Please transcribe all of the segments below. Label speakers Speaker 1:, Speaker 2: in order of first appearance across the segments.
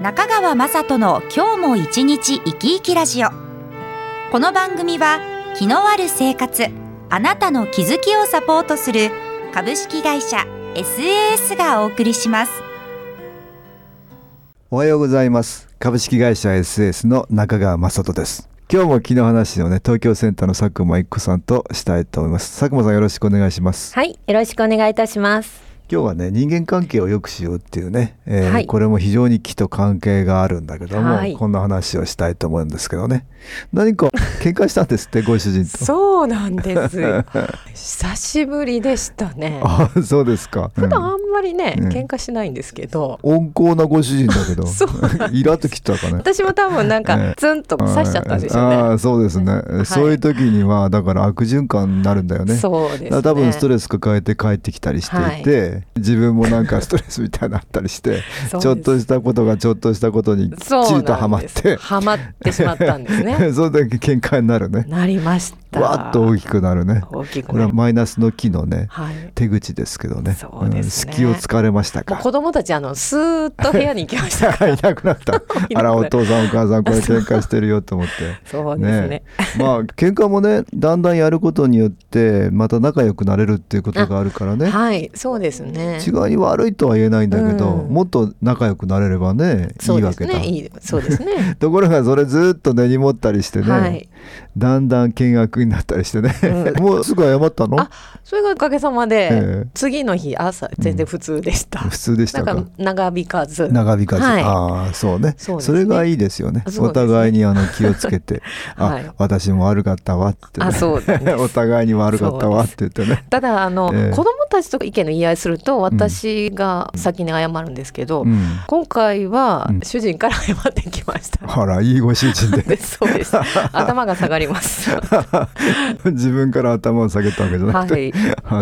Speaker 1: 中川雅人の今日も一日生き生きラジオこの番組は気のある生活あなたの気づきをサポートする株式会社 SAS がお送りします
Speaker 2: おはようございます株式会社 SS の中川雅人です今日も昨日話をね東京センターの佐久間一子さんとしたいと思います佐久間さんよろしくお願いします
Speaker 3: はい、よろしくお願いいたします。
Speaker 2: 今日はね人間関係を良くしようっていうね、えー
Speaker 3: はい
Speaker 2: これも非常に気と関係があるんだけども、
Speaker 3: はい
Speaker 2: こんな話をしたいと思うんですけどね何か喧嘩したんです ってご主人と
Speaker 3: そうなんです。 久しぶりでしたね。
Speaker 2: あそうですか
Speaker 3: 普段あんまりね、
Speaker 2: うん
Speaker 3: 喧嘩しないんですけど、
Speaker 2: うん温厚なご主人だけど
Speaker 3: そう
Speaker 2: イラっときたかね
Speaker 3: 私も多分な
Speaker 2: え
Speaker 3: ん
Speaker 2: え
Speaker 3: かツンと刺しちゃったんです
Speaker 2: あ
Speaker 3: よ
Speaker 2: あそうですね、
Speaker 3: い
Speaker 2: そういう時にはだから悪循環になるんだよね
Speaker 3: ね。そうですね。
Speaker 2: だから多分ストレス抱えて帰ってきたりしていて、自分もなんかストレスみたいになったりして
Speaker 3: そうです
Speaker 2: ちょっとしたことがちょっとしたことにきっち
Speaker 3: そうなん
Speaker 2: り
Speaker 3: です
Speaker 2: とはまって
Speaker 3: はまってしまったんで すね。
Speaker 2: それだけ喧嘩になるね
Speaker 3: なりました。
Speaker 2: わーっと大きくなるね
Speaker 3: 大きく
Speaker 2: これ
Speaker 3: な
Speaker 2: は
Speaker 3: り
Speaker 2: マイナスの木のね
Speaker 3: はい。
Speaker 2: 手口ですけどね
Speaker 3: そうです
Speaker 2: ん
Speaker 3: ね
Speaker 2: 隙を突かれました
Speaker 3: もう
Speaker 2: か
Speaker 3: 子供たちあのスーッと部屋に行きましたか ら。
Speaker 2: いなくなった
Speaker 3: いなくなった
Speaker 2: あらお父さんお母さんこれ喧嘩してるよと思って
Speaker 3: そうですね。
Speaker 2: まあ喧嘩もねだんだんやることによってまた仲良くなれるっていうことがあるからね
Speaker 3: はい、そうですね。
Speaker 2: 違いに悪いとは言えないんだけど、
Speaker 3: うん
Speaker 2: もっと仲良くなれればね
Speaker 3: そ
Speaker 2: いうい
Speaker 3: で
Speaker 2: わ
Speaker 3: す
Speaker 2: けだ。
Speaker 3: ね。いいそうですね
Speaker 2: ところがそれずっと根に持ったりしてね、
Speaker 3: はい。
Speaker 2: だんだん険悪になったりしてね、
Speaker 3: う
Speaker 2: もうすぐ謝ったの
Speaker 3: あそれがおかげさまで、
Speaker 2: ええ
Speaker 3: 次の日朝全然普通でした、
Speaker 2: 普通でした
Speaker 3: な
Speaker 2: か
Speaker 3: んか長引かず
Speaker 2: 長引かず、
Speaker 3: はい
Speaker 2: あ あそうねそ
Speaker 3: そうですね
Speaker 2: れがいいですよね
Speaker 3: そうですね
Speaker 2: お互いにあの気をつけ て「あ、
Speaker 3: はい
Speaker 2: 私も悪かったわ」って、ね
Speaker 3: あそうです
Speaker 2: お互いに悪かったわって言ってね。
Speaker 3: ただあの、
Speaker 2: ええ
Speaker 3: 子供たちと意見の言い合いすると私が先に謝るんですけど、
Speaker 2: うん、
Speaker 3: 今回は
Speaker 2: うん
Speaker 3: 主人から謝ってきました、
Speaker 2: あらいいご主人で
Speaker 3: でそうです頭が下がります
Speaker 2: 自分から頭を下げたわけじゃなくて、
Speaker 3: はい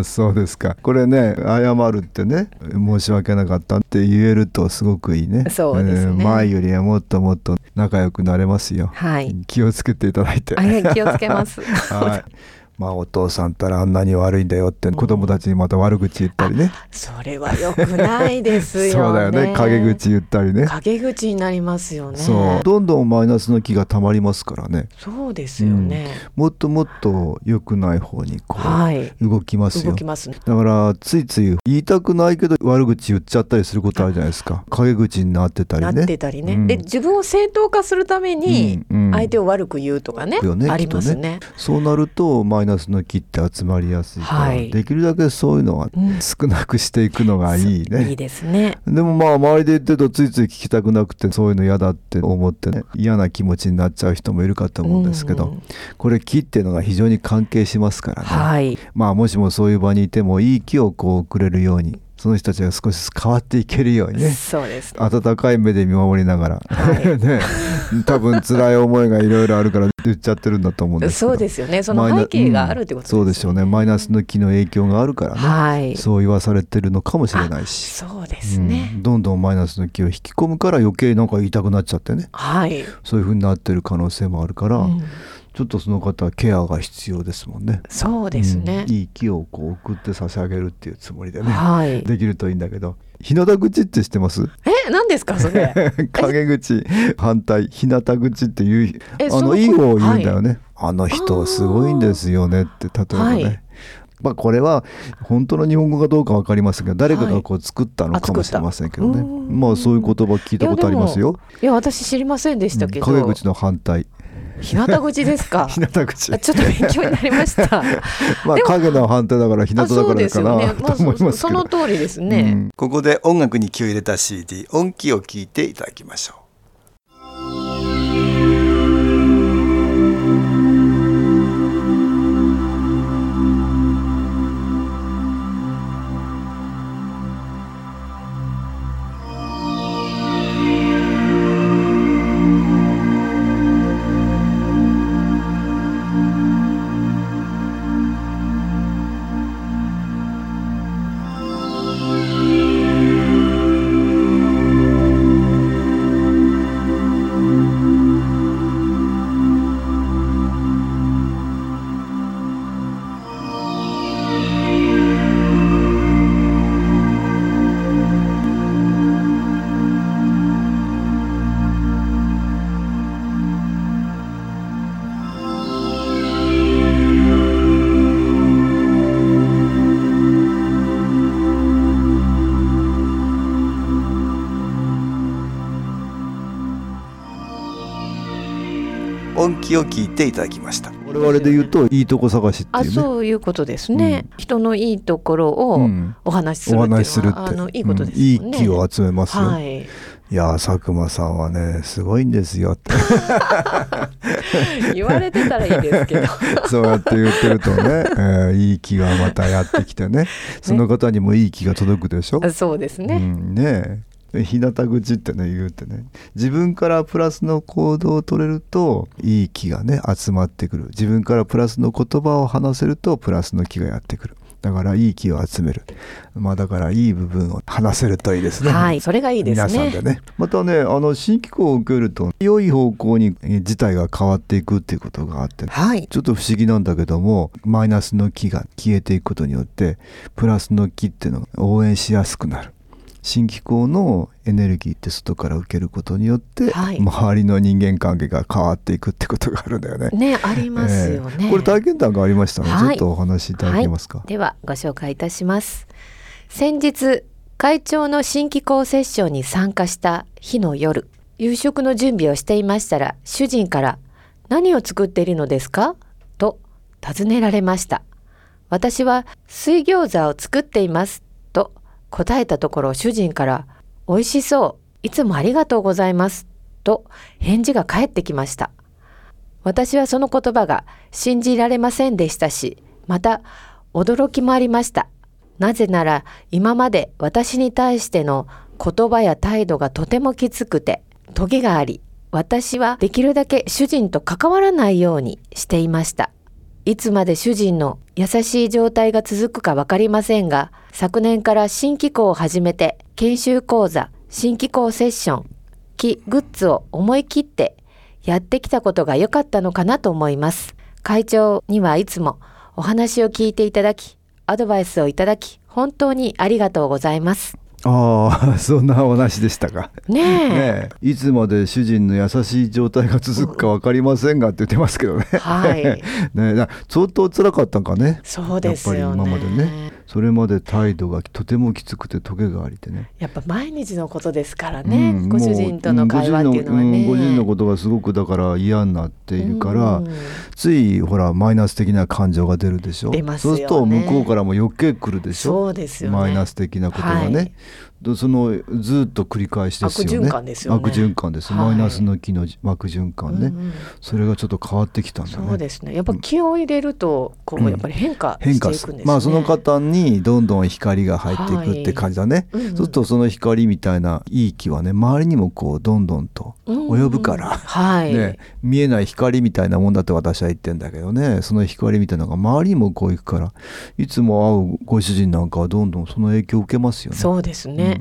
Speaker 2: あそうですかこれね謝るってね申し訳なかったって言えるとすごくいいね
Speaker 3: そうですね
Speaker 2: えー前よりはもっともっと仲良くなれますよ、
Speaker 3: はい
Speaker 2: 気をつけていただいて
Speaker 3: あいや気をつけます
Speaker 2: はいまあお父さんったらあんなに悪いんだよって子供たちにまた悪口言ったりね、
Speaker 3: それは良くないですよね
Speaker 2: そうだよね陰口言ったりね
Speaker 3: 陰口になりますよね
Speaker 2: そうどんどんマイナスの気がたまりますからね
Speaker 3: そうですよね、
Speaker 2: もっともっと良くない方にこう、
Speaker 3: はい
Speaker 2: 動きます
Speaker 3: 動
Speaker 2: よ
Speaker 3: きますね
Speaker 2: だからついつい言いたくないけど悪口言っちゃったりすることあるじゃないですか陰口になってたり
Speaker 3: な
Speaker 2: ね
Speaker 3: ってたりね、
Speaker 2: うん
Speaker 3: で自分を正当化するために
Speaker 2: うんうん
Speaker 3: 相手を悪く言うとかね、
Speaker 2: よね
Speaker 3: ありますね
Speaker 2: そうなるとマイナスの気って集まりやすいから、
Speaker 3: はい
Speaker 2: できるだけそういうのは
Speaker 3: うん
Speaker 2: 少なくしていくのがいいね、
Speaker 3: いいですね
Speaker 2: でもまあ周りで言ってるとついつい聞きたくなくてそういうの嫌だって思ってね嫌な気持ちになっちゃう人もいるかと思うんですけど、
Speaker 3: うん
Speaker 2: これ気っていうのが非常に関係しますからね、
Speaker 3: はい
Speaker 2: まあもしもそういう場にいてもいい気をこうくれるようにその人たちが少しずつ変わっていけるようにね
Speaker 3: そ うです
Speaker 2: 温かい目で見守りながら、
Speaker 3: はい
Speaker 2: ね多分辛い思いがいろいろあるから言っちゃってるんだと思うんですけど
Speaker 3: そうですよねその
Speaker 2: マイナ
Speaker 3: 背景があるってことです
Speaker 2: うんそうでしょうねマイナスの気の影響があるからね、
Speaker 3: はい
Speaker 2: そう言わされてるのかもしれないし
Speaker 3: そうですね、
Speaker 2: うんどんどんマイナスの気を引き込むから余計なんか言いたくなっちゃってね
Speaker 3: はい、
Speaker 2: そういう風になってる可能性もあるから、
Speaker 3: うん
Speaker 2: ちょっとその方はケアが必要ですもんね。
Speaker 3: そうですね
Speaker 2: うん、いい気をこう送って差し上げるっていうつもりでね、
Speaker 3: はい
Speaker 2: できるといいんだけど日向口って知ってます
Speaker 3: え何ですかそ れ
Speaker 2: 陰口反対日向口っていう
Speaker 3: え
Speaker 2: あ
Speaker 3: そ
Speaker 2: の
Speaker 3: の
Speaker 2: いい方を言うんだよね、あの人すごいんですよねって例えばね、
Speaker 3: はい
Speaker 2: まあこれは本当の日本語かどうかわかりませんけど誰かがこう作ったのかもしれませんけどね、
Speaker 3: あ作った
Speaker 2: まあそういう言葉聞いたことありますよ
Speaker 3: いや私知りませんでしたけど、
Speaker 2: 陰口の反対
Speaker 3: 日向口です か
Speaker 2: 日向口
Speaker 3: あちょっと勉強になりました
Speaker 2: まあ
Speaker 3: でも
Speaker 2: 影の反対だから日向
Speaker 3: あ
Speaker 2: だか
Speaker 3: そう
Speaker 2: ら
Speaker 3: です
Speaker 2: か
Speaker 3: よ ね
Speaker 2: な、と思い
Speaker 3: そ
Speaker 2: ます
Speaker 3: そ
Speaker 2: け
Speaker 3: の
Speaker 2: ど
Speaker 3: 通りですね、
Speaker 2: うん
Speaker 4: ここで音楽に気を入れた CD 音気を聞いていただきましょう
Speaker 5: 「
Speaker 2: 音気を聞いていただきました
Speaker 5: 我々で言うといいとこ探しって
Speaker 3: あ
Speaker 5: いうね
Speaker 3: そういうことですね、人のいいところ
Speaker 5: う
Speaker 3: を
Speaker 5: ん
Speaker 3: お話しする
Speaker 5: お
Speaker 3: っていうのは、
Speaker 5: 話しするって
Speaker 3: あのいいことですよ
Speaker 5: う
Speaker 3: ね、
Speaker 5: んいい気を集めますよ、、
Speaker 3: はいい、
Speaker 5: やー佐久間さんはねすごいんですよって
Speaker 3: 言われてたらいいですけ ど
Speaker 5: そうやって言ってるとね、えーいい気がまたやってき てねその方にもいい気が届くでしょ、
Speaker 3: そうです
Speaker 5: う
Speaker 3: ね、
Speaker 5: ん、ねえ日向口ってね言うてね自分からプラスの行動を取れるといい気がね集まってくる自分からプラスの言葉を話せるとプラスの気がやってくるだからいい気を集めるまあだからいい部分を話せるといいですね。
Speaker 3: はいそれがいいです
Speaker 5: 皆さん
Speaker 3: ね
Speaker 5: でねまたねあの新機構を受けると良い方向にえ事態が変わっていくっていうことがあって
Speaker 3: はい
Speaker 5: ちょっと不思議なんだけどもマイナスの木が消えていくことによってプラスの木っていうのが応援しやすくなる新機構のエネルギーって外から受けることによって、
Speaker 3: はい
Speaker 5: 周りの人間関係が変わっていくってことがあるんだよね。
Speaker 3: ねありますよね、
Speaker 5: ええこれ体験談がありましたので、
Speaker 3: はい
Speaker 5: ちょっとお話しいただけますか。
Speaker 3: はい、ではご紹介いたします先日会長の新機構セッションに参加した日の夜夕食の準備をしていましたら主人から「何を作っているのですか?」と尋ねられました私は水餃子を作っていますと答えたところ主人から「美味しそういつもありがとうございます」と返事が返ってきました私はその言葉が信じられませんでしたし、また驚きもありました。なぜなら今まで私に対しての言葉や態度がとてもきつくて、トゲがあり、私はできるだけ主人と関わらないようにしていました。いつまで主人の優しい状態が続くかわかりませんが、昨年から新機構を始めて、研修講座、新機構セッション、木グッズを思い切ってやってきたことが良かったのかなと思います。会長にはいつもお話を聞いていただき、アドバイスをいただき、本当にありがとうございます。
Speaker 5: ああ、 そんなお話でしたか。
Speaker 3: ねえ。
Speaker 5: ねえ、いつまで主人の優しい状態が続くかわかりませんがって言ってますけどね。
Speaker 3: はい。
Speaker 5: ねえ、だ相当辛かったんかね。
Speaker 3: そうですよね。
Speaker 5: やっぱり今までねそれまで態度がとてもきつくてトゲがありてね。
Speaker 3: やっぱ毎日のことですからね、
Speaker 5: うん
Speaker 3: ご主人との会話っていうのはね。
Speaker 5: もううんご主人の,、ことがすごくだから嫌になっているから、
Speaker 3: うん
Speaker 5: ついほらマイナス的な感情が出るでしょ
Speaker 3: 出ます
Speaker 5: そ
Speaker 3: よね
Speaker 5: うすると向こうからも余計来るでしょ
Speaker 3: そうですよね。
Speaker 5: マイナス的なことがね、
Speaker 3: はい
Speaker 5: でそのずっと繰り返しですよ
Speaker 3: 悪
Speaker 5: ね
Speaker 3: 循環ですよね
Speaker 5: 悪循環です、
Speaker 3: はい
Speaker 5: マイナスの気の悪循環ね、
Speaker 3: うんうん
Speaker 5: それがちょっと変わってきたんだ
Speaker 3: そう
Speaker 5: ね
Speaker 3: ですね。やっぱ気を入れると、こ
Speaker 5: うん
Speaker 3: うやっぱり変化していく
Speaker 5: 変
Speaker 3: ん
Speaker 5: 化
Speaker 3: です
Speaker 5: す
Speaker 3: ね。
Speaker 5: る、まあその方にどんどん光が入っていくって感じだね、
Speaker 3: はいうんうん
Speaker 5: そうするとその光みたいないい気はね周りにもこうどんどんと及ぶから、
Speaker 3: うんうんはい。
Speaker 5: ね、見えない光みたいなもんだって私は言ってんだけどねその光みたいなのが周りにもこういくからいつも会うご主人なんかはどんどんその影響を受けますよね。
Speaker 3: そうですね。
Speaker 5: うん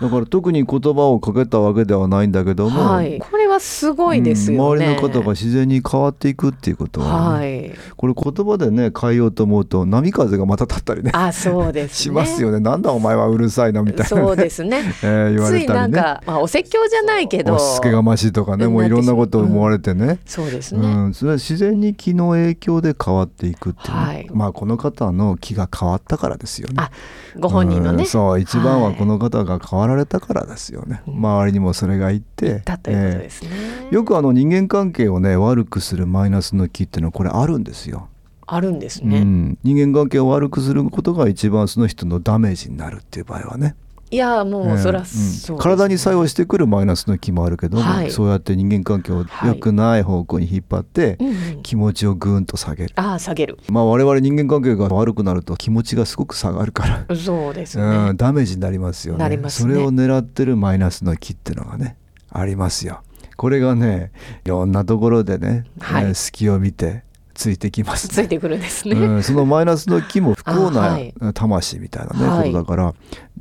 Speaker 5: だから特に言葉をかけたわけではないんだけども、
Speaker 3: はい。これはすごいですよね。
Speaker 5: うん周りの方が自然に変わっていくっていうことはね、
Speaker 3: はい。
Speaker 5: これ言葉でね変えようと思うと波風がまた立ったりね
Speaker 3: あ、そうです、ね。
Speaker 5: しますよねなんだお前はうるさいなみたいなね、
Speaker 3: そうですね。
Speaker 5: えー 言わ
Speaker 3: つ
Speaker 5: れ
Speaker 3: いな
Speaker 5: たり
Speaker 3: ん
Speaker 5: ね
Speaker 3: か、まあ、お説教じゃないけど。
Speaker 5: 押し付けがましいとかねもういろんなことを思われてね、
Speaker 3: そうですね。
Speaker 5: うん、それは自然に気の影響で変わっていくっていうね、
Speaker 3: はい
Speaker 5: まあこの方の気が変わったからですよね。
Speaker 3: あ、ご本人の
Speaker 5: う
Speaker 3: ね。
Speaker 5: んそう一番はこ
Speaker 3: い。
Speaker 5: の方が変わられたからですよね。周りにもそれがいて。
Speaker 3: だということですすね。
Speaker 5: よくあの人間関係をね悪くするマイナスの気っていうのはこれあるんですよ。
Speaker 3: あるんです
Speaker 5: う
Speaker 3: ね。
Speaker 5: ん、人間関係を悪くすることが一番その人のダメージになるっていう場合はね。
Speaker 3: いや、も
Speaker 5: え
Speaker 3: う、
Speaker 5: え
Speaker 3: そ
Speaker 5: うん
Speaker 3: ら、そう、
Speaker 5: 体に作用してくるマイナスの気もあるけども、
Speaker 3: はい
Speaker 5: そうやって人間関係を良くない方向に引っ張って、
Speaker 3: うんうん
Speaker 5: 気持ちをぐーんと下げる。
Speaker 3: あ、下げる。
Speaker 5: まあ我々人間関係が悪くなると気持ちがすごく下がるから、
Speaker 3: そうです
Speaker 5: う
Speaker 3: ね
Speaker 5: ん。ダメージになりますよね
Speaker 3: なりますね
Speaker 5: それを狙ってるマイナスの気っていうのがねありますよこれがねいろんなところでね、
Speaker 3: はい
Speaker 5: えー隙を見てついてきますね
Speaker 3: ついてくるんですね。
Speaker 5: うん、そのマイナスの気も不幸
Speaker 3: あ
Speaker 5: な
Speaker 3: はい
Speaker 5: 魂みたいなね、
Speaker 3: はい
Speaker 5: ことだから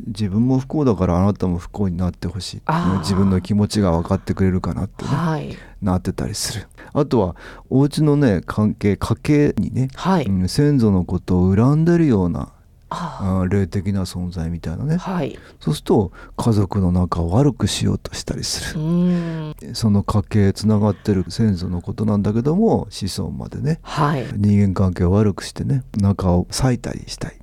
Speaker 5: 自分も不幸だからあなたも不幸になってほしいっていうね
Speaker 3: あー
Speaker 5: 自分の気持ちが分かってくれるかなってね、
Speaker 3: はい。
Speaker 5: なってたりするあとはお家のね関係家系にね、
Speaker 3: はい。
Speaker 5: うん先祖のことを恨んでるような
Speaker 3: あ
Speaker 5: あー霊的な存在みたいなね
Speaker 3: はい。
Speaker 5: そうすると家族の仲を悪くしようとしたりす
Speaker 3: う
Speaker 5: る、
Speaker 3: ん。
Speaker 5: その家系つながってる先祖のことなんだけども子孫までね
Speaker 3: はい。
Speaker 5: 人間関係を悪くしてね仲を裂いたりしたり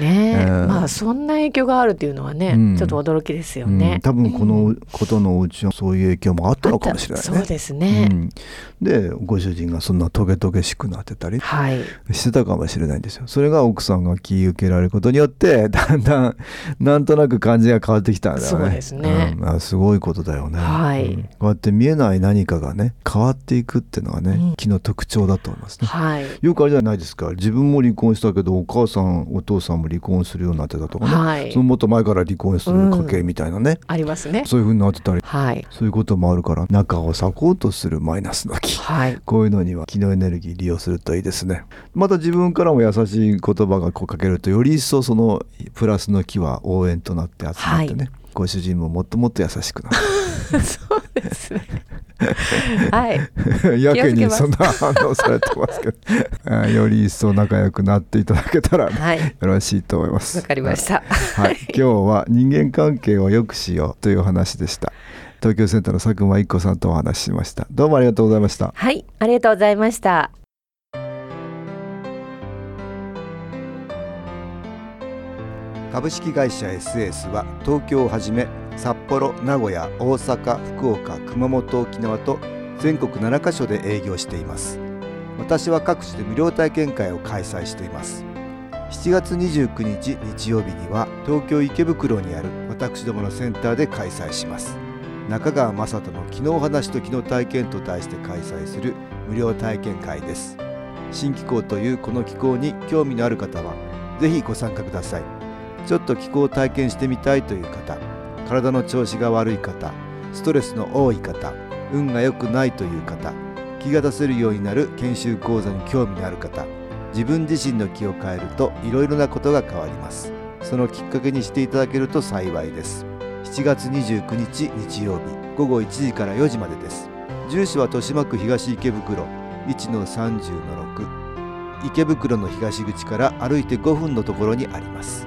Speaker 3: ねえ、
Speaker 5: うん
Speaker 3: まあそんな影響があるっていうのはね、
Speaker 5: うん
Speaker 3: ちょっと驚きですよ
Speaker 5: うん
Speaker 3: ね。
Speaker 5: 多分このことのうちはそういう影響もあったのかもしれないね。
Speaker 3: そうですね。
Speaker 5: うん、でご主人がそんなトゲトゲしくなってたり
Speaker 3: はい。
Speaker 5: してたかもしれないんですよ。それが奥さんが気受けられることによって だんだんなんとなく感じが変わってきたんだよね。
Speaker 3: そうですね
Speaker 5: うんあすごいことだよね、
Speaker 3: はい
Speaker 5: うんこうやって見えない何かがね変わっていくっていうのがね、
Speaker 3: うん
Speaker 5: 木の特徴だと思いますね。
Speaker 3: はい。
Speaker 5: よくあれじゃないですか自分も離婚したけどお母さんお父さんも離婚するようになってたとかね、
Speaker 3: はい
Speaker 5: そのもっと前から離婚する家系みたいなね、
Speaker 3: ありますね。
Speaker 5: そういう風になってたり
Speaker 3: はい。
Speaker 5: そういうこともあるから中を裂こうとするマイナスの木
Speaker 3: はい。
Speaker 5: こういうのには気のエネルギー利用するといいですねまた自分からも優しい言葉がこうかけるとより一層そのプラスの木は応援となって集まってね、ご主人ももっともっと優しくなる
Speaker 3: そうですね。はい。
Speaker 5: やけ
Speaker 3: 気を
Speaker 5: に
Speaker 3: つ
Speaker 5: そ
Speaker 3: け
Speaker 5: んな反応されてま すけどあーより一層仲良くなっていただけたら、ね
Speaker 3: はい
Speaker 5: よろしいと思います
Speaker 3: わかりました。
Speaker 5: はい、 今日は人間関係を良くしようというお話でした東京センターの佐久間一子さんとお話ししましたどうもありがとうございました
Speaker 3: はい。ありがとうございました。
Speaker 2: 株式会社 SS は東京をはじめ札幌名古屋大阪福岡熊本沖縄と全国7カ所で営業しています私は各地で無料体験会を開催しています7月29日日曜日には東京池袋にある私どものセンターで開催します中川雅人の「昨日話と昨日体験」と題して開催する無料体験会です新機構というこの機構に興味のある方はぜひご参加くださいちょっと気候を体験してみたいという方体の調子が悪い方ストレスの多い方運が良くないという方気が出せるようになる研修講座に興味のある方自分自身の気を変えるといろいろなことが変わりますそのきっかけにしていただけると幸いです7月29日日曜日午後1時から4時までです住所は豊島区東池袋1-30-6池袋の東口から歩いて5分のところにあります